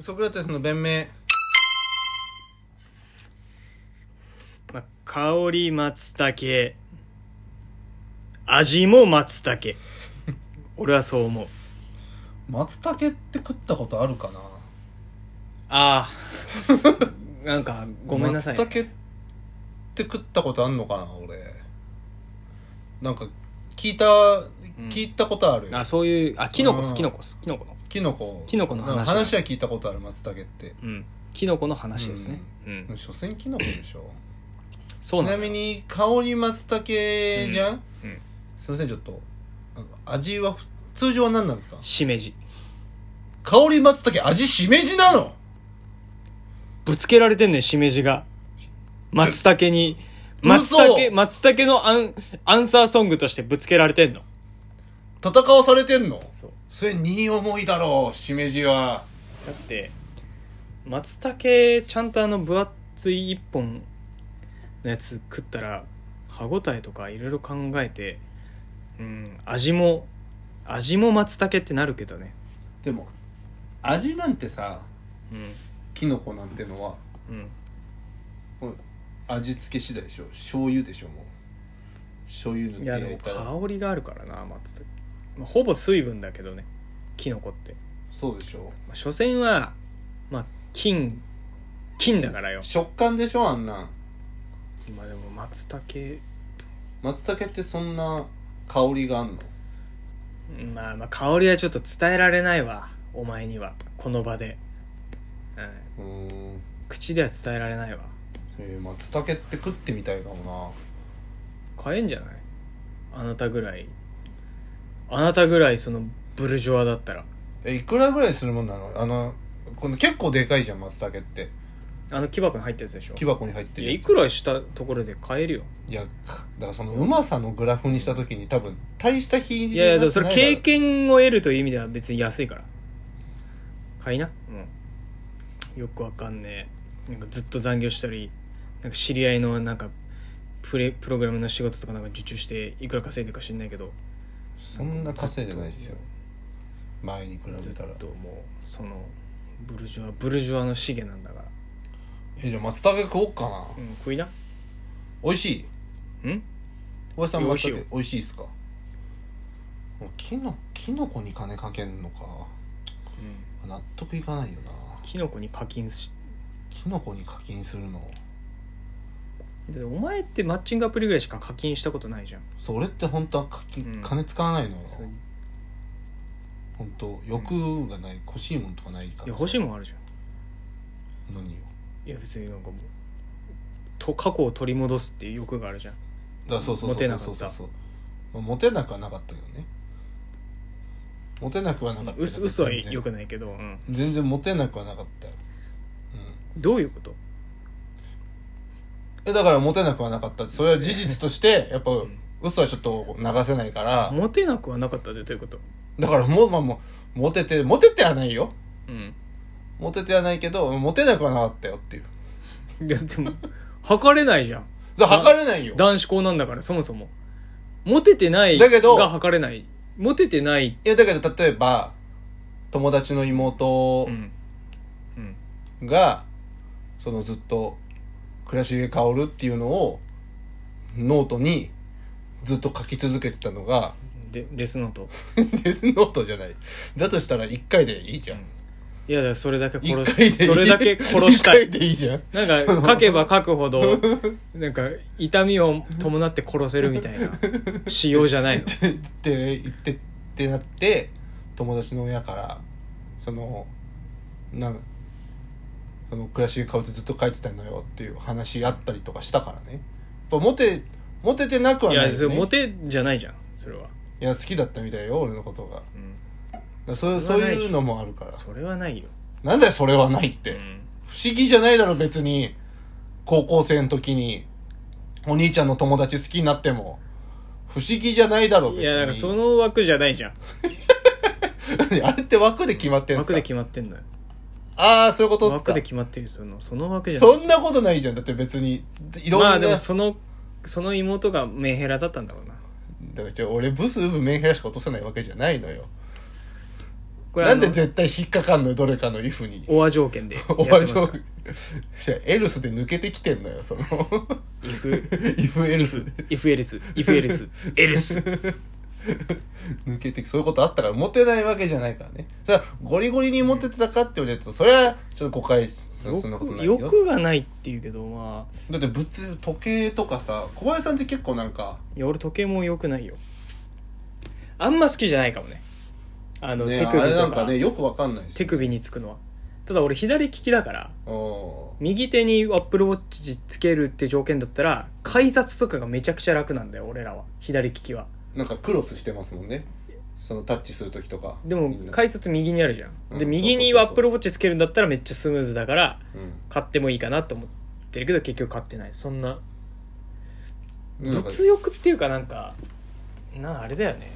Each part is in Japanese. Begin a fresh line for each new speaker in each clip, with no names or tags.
ソクラテスの弁明
まあ、香り松茸味も松 茸俺はそう思う
松茸って食ったことあるかな
あ あなんかごめんなさい
松茸って食ったことあんのかな俺なんか聞いた、
ん
聞いたことあるよ
あそういうあキノコっ
う
す
ん
キノコっすキノコの
キノコ
キノコの話
なんか話は聞いたことある松茸って
うんキノコの話ですねうん、
所詮キノコでしょ
そう
ち
な
なん
だ
みに香り松茸じゃん、
うんうん
すいませんちょっとあの味はふ通常は何なんですか
しめじ
香り松茸味しめじなの
ぶつけられてんねんしめじが松茸に松
嘘
茸松茸のアンアンサーソングとしてぶつけられてんの
戦わされてんの
そう
それに重いだろうしめじは
だって松茸ちゃんとあの分厚い一本のやつ食ったら歯ごたえとかいろいろ考えてうん味も味も松茸ってなるけどね
でも味なんてさ
うん
キノコなんてのは
うん
味付け次第でしょ醤油でしょもう醤油塗
いや
って
で
焼い
も
たら
香りがあるからな松茸、まあ、ほぼ水分だけどねキノコって、
そうでしょ
まあ、所詮はまあ菌菌だからよ、
食感でしょあんなん
まあ、でも松茸
松茸ってそんな香りがあんの
まあまあ香りはちょっと伝えられないわお前にはこの場で、うん、
うーん
口では伝えられないわ
えー、松茸って食ってみたいかも
買えんじゃないあなたぐらいあなたぐらいそのブルジョワだったら
なえいくらぐらいするもんなのあのこの結構でかいじゃん松茸って
あの木箱に入ったやつでしょ
木箱に入って
い
る
や
や
い
つ
くらしたところで買えるよ
いやだからそのうまさのグラフにした時に多分大した日
い
に
やいやでもそ
な
れ
ってない
経験を得るという意味では別に安いから買いなうんよくわかんねえなんかずっと残業したりなんか知り合いのなんかプレプログラムの仕事とかなんか受注していくら稼いでるか知んないけど
そんな稼いでないですよ前に比
ず
べ
った
ら
ともうそのブルジョワブルジョワの資源なんだから、
えじゃあ松茸食おうかな
うん、食いな
美味しい
うん
おやさん
いや
松
美味しい
茸美味しいですかもうキノキノコに金かけんのか納得いかないよな
キノコに課金し
キノコに課金するの
だってお前ってマッチングアプリぐらいしか課金したことないじゃん
それって本当は課金、
うん
金使わないのよ
そうい
本当欲がない、欲しいもんとかないから
や欲しいもんあるじゃん
何よ
いや別になんかもうと過去を取り戻すっていう欲があるじゃん
だからそうそう
モテ
そ
な
う
か
そ
っ
う
た
そうそうまあモテなくはなかったけどねモテなくはなかったけど
嘘嘘はよく
い
ないけど、うん
全然モテなくはなかったよ、う
どういうこと
ん、えだからモテなくはなかったってそれは事実と してやっぱ嘘はちょっと流せないから
モテなくはなかったでどういうこと
だからもう、まあ、もうモテてモテてはないよ
うん
モテてはないけどモテなくはなかったよっていう
いやでも測れないじゃん
だから測れないよ
男子校なんだからそもそもモテてない
だけど
が測れないモテてない
いやだけど例えば友達の妹
うんうん
が、そのずっと倉重薫っていうのをノートにずっと書き続けてたのが
でデスノート
デスノートじゃないだとしたら1回でいいじゃん
いやだからそれだけ
一
殺
回で
し
いい
それだけ殺したい
一回でいいじゃん
なんか 書けば書くほどなんか痛みを伴って殺せるみたいな仕様じゃないの
って言ってってなって友達の親からそのなんその倉重薫ってずっと書いてたのよっていう話あったりとかしたからねやっぱモテモテてなくはいない
や
よ、
それ
ね、
モテじゃないじゃんそれは、
いや好きだったみたいよ俺のことが
うん、
そう
そ
そう
れはないでしょ
いうのもあるから
それはないよ、
なんだよそれはないって、
うん
不思議じゃないだろ別に高校生の時にお兄ちゃんの友達好きになっても不思議じゃないだろ別に
いやなんかその枠じゃないじゃん
あれって枠で決まってんす
枠
か
で決まってんのよ
ああそういうことっす
枠
か
で決まってるそのその枠じゃ
そ
ない
んなことないじゃんだって別にいろんな、
まあでも
だか
そのその妹がメンヘラだったんだろうな
らちょ俺ブスウブメンヘラしか落とせないわけじゃないのよ
これ
なんで
あの
絶対引っかかんのよどれかの if に
オア条 件でやって
お
ま
前
す
じ
か
ゃ
ら
エルスで抜けてきてんのよその
if
if エルスで
if else if else else
抜けてきそういうことあったからモテないわけじゃないからねそれはゴリゴリにモテてたかって言われるとそれはちょっと誤解するそんなことないよ
欲欲がないっていうけどまあ
だって物時計とかさ小林さんって結構なんか
いや俺時計も良くないよあんま好きじゃないかもねあの、
ね
手首とか
あれなんかねよくわかんないです
手首につくのはただ俺左利きだから
お
右手にアップルウォッチつけるって条件だったら改札とかがめちゃくちゃ楽なんだよ俺らは左利きは
なんかクロスしてますもんねそのタッチする時とか
で
み
も
んな
改札右にあるじゃん、
うん
で
そうそうそうそう
右にアップルウォッチつけるんだったらめっちゃスムーズだから
うん
買ってもいいかなと思ってるけど結局買ってないそんな
なんか
物欲っていうかなんかなあれだよね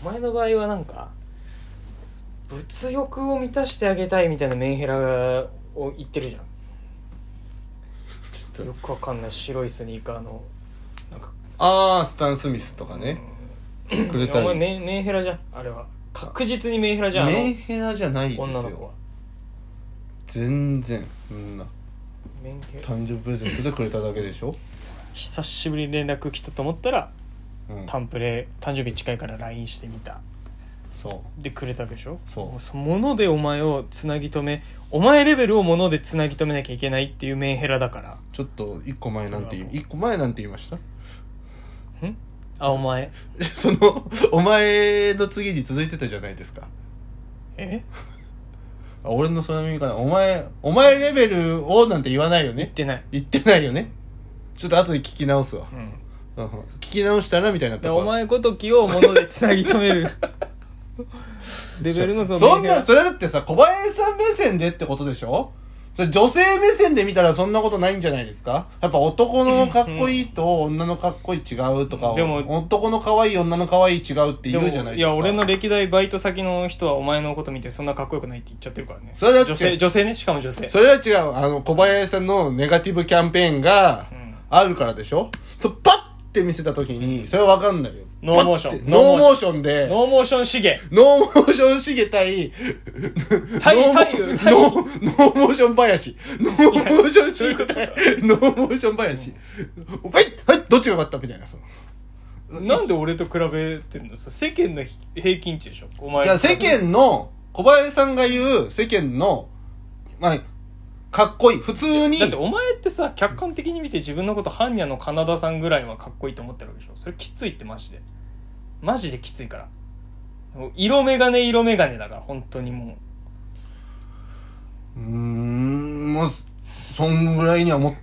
お前の場合はなんか物欲を満たしてあげたいみたいなメンヘラを言ってるじゃ
ちょ
ん
っ
よ
と
くわかんない白いスニーカーのなんか
ああスタン・スミスとかね、くれ
いや
た
お前
り
メンメンヘラじゃんあれは確実にメンヘラじゃんあの
メンヘラじゃないです
女の子は
よ全然そんな
メンヘラ
誕生日プレゼントでくれただけでしょ、
久しぶりに連絡来たと思ったら
うん、
タンプレ誕生日近いから LINE してみた
そ
でくれたわけでしょ
そう
も物でお前をつなぎ止めお前レベルを物でつなぎ止めなきゃいけないっていうメンヘラだか
うちょっと一個前なんて言
それはもう
い一個前なんて言いました
らんあお前
そのお前の次に続いてたじゃないですか
え
あ俺のその耳かなお前お前レベルをなんて言わないよ
言っ
ね
てない、
言ってないよねちょっと後で聞き直すわ
う、ん、
うんうん聞き直したらみたいになっ
だ
た
から
から
お前ごときを物でつなぎ止め るレベルのその
そん
メンヘ
な、
ラ
それだってさ、小林さん目線でってことでしょそれ女性目線で見たらそんなことないんじゃないですかやっぱ男のかっこいいと女のかっこいい違うとか、
でも
男の可愛い女の可愛い違うって言うじゃないですか。
や俺の歴代バイト先の人はお前のこと見てそんなかっこよくないって言っちゃってるからね
それだって
女性女性ねしかも女性
それは違う。あの、小林さんのネガティブキャンペーンが
うん
あるからでしょそう、パッて見せた時に、それはわかんないよ。
ノーモーション
パッて
ノ
ノー
ーモ
モ
ー
ーションで、
ノーモーション資源
ノーモーションしげ対、
タイ
ノーモ
タイタイ
ノーノーモーション林。ノーモーションしげ 対、ノーモーション林。はいはいどっちが勝ったみたいな、その。
なんで俺と比べてんのそう世間の平均値でしょお前
じゃあ世間の、小林さんが言う世間の、まあ、かっこいい。普通に
だっ、てお前ってさ客観的に見て自分のこと般若のカナダさんぐらいはかっこいいと思ってるわけでしょそれきついってマジでマジできついからもう色眼鏡色眼鏡だから本当にも
うーん、もう、そんぐらいには思っ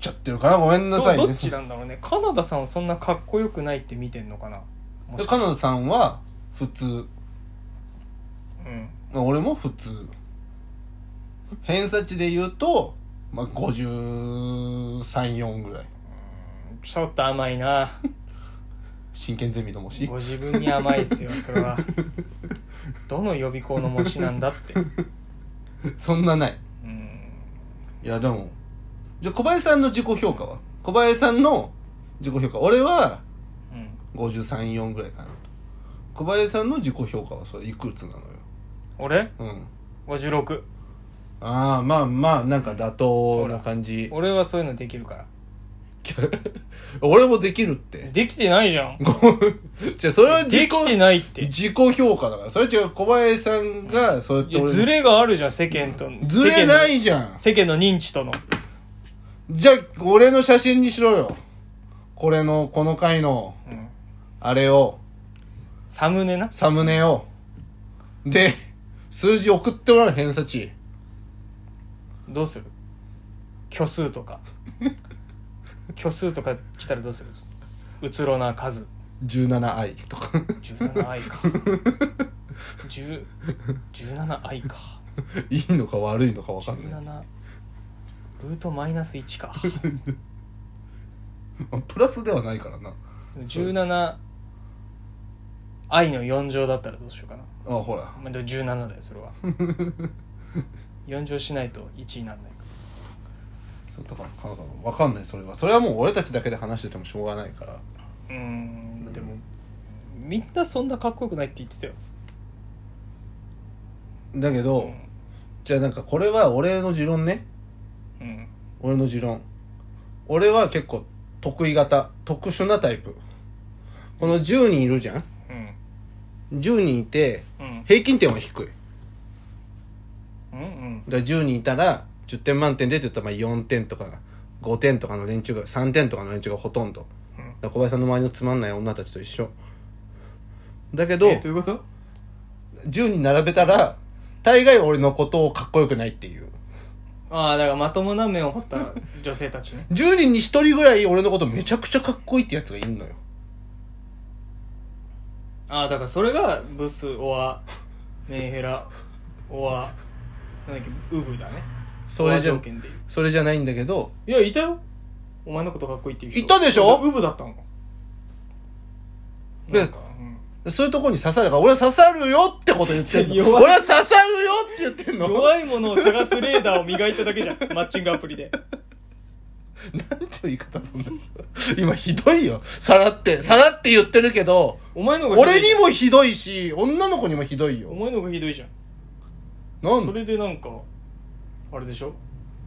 ちゃってるかな。ごめん
う
なさい
ど
ね。
どっちなんだろうねカナダさんをそんなかっこよくないって見てんのかなもし
でカナダさんは、普通。
うん
まあ俺も普通偏差値で言うと、まあ、534ぐらい
ちょっと甘いな
真剣ゼミの模試
ご自分に甘いっすよそ れはどの予備校の模試なんだって
そんなない
うん
いやでもじゃあ小林さんの自己評価は小林さんの自己評価俺は
うん
534ぐらいかなと小林さんの自己評価はそれいくつなのよ
俺
うん
56
ああまあまあなんか妥当な感じ
俺はそういうのできるから
俺もできるって
できてないじゃん
じゃあそれは自
で
己
きてないって
自己評価だからそれ違う小林さんがそうやっ
い
て
や
俺
ズレがあるじゃん世間と
ずれな
世間
いじゃん
の世間の認知との
じゃあ俺の写真にしろよこれのこの回の
うん
あれを
サムネな
サムネをで数字送ってもらう偏差値
どうする虚数と か虚数とか来たらどうするうつろな数
17i とか
17i か10 17i か
いいのか悪いのか分かんない
17ルートマイナス1か
プラスではないからな
17i の4乗だったらどうしようかな
あほら
まあ、でも17だよそ れは4乗しないと1にならないか
そうとかかなか分かんないそれはそれはもう俺たちだけで話しててもしょうがないから
らうんでもみんなそんなかっこよくないって言ってたよ
だけど、じゃあなんかこれは俺の持論ね
うん
俺の持論俺は結構得意型特殊なタイプこの10人いるじゃん
うん
10人いて
うん
平均点は低いだか
うん
ら10人いたら10点満点でって言ったらまあ4点とか5点とかの連中が3点とかの連中がほとんど
うん
だから小林さんの周りのつまんない女たちと一緒だけ
ど
ど
ういうこと
10人並べたら大概俺のことをかっこよくないっていう
ああだからまともな面を持った女性たちね
10人に1人ぐらい俺のことめちゃくちゃかっこいいってやつがいんのよ
ああだからそれがブスオアメンヘラオアなんだっけウブだね
それじ
オ
ゃ
ア条件でいう
それじゃないんだけど
いやいたよお前のことかっこいいって言う人
いたでしょ
ウブだったもん
で
なんか、うん
そういうところに刺さるから俺は刺さるよってこと言 ってんの
弱い
俺は刺さるよって言ってんの
弱いものを探すレーダーを磨いただけ じゃんマッチングアプリで
なんちゅう言い方そんな今ひどいよさらってさらって言ってるけど
お前の方が
俺
ひどいじ
に
ゃん
もひどいし女の子にもひどい
お
よ
前の方がひどいじゃん
なん
それでなんかあれでしょ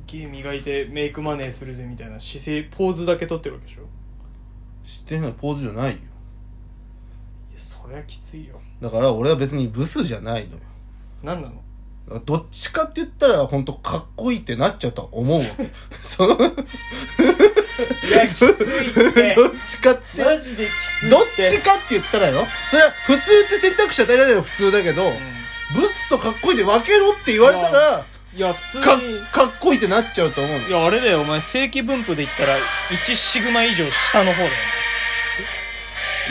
芸磨いてメイクマネーするぜみたいな姿勢ポーズだけ取ってるわけでしょい
知ってるのはポーズじゃないよ
やそりゃきついよ
だから俺は別にブスじゃないのよ
何なの
だからどっちかって言ったら本当かっこいいってなっちゃうとは思うわそのどっ
いやきついって
ちかって
マジできつい
どっちかって言ったらよそれは普通って選択肢は大体だよ普通だけど、ブスとかっこいいで分けろって言われたら
いや普通
か
に
かっこいいってなっちゃうと思うの
いやあれだよお前正規分布で言ったら1シグマ以上下の方だよ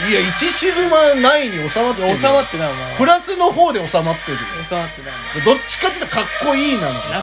いや1シグマないに収まってるよ
収まってないお前は
プラスの方で収まってるよ
収まってないお前
どっちかって言ったらかっこいいなのよ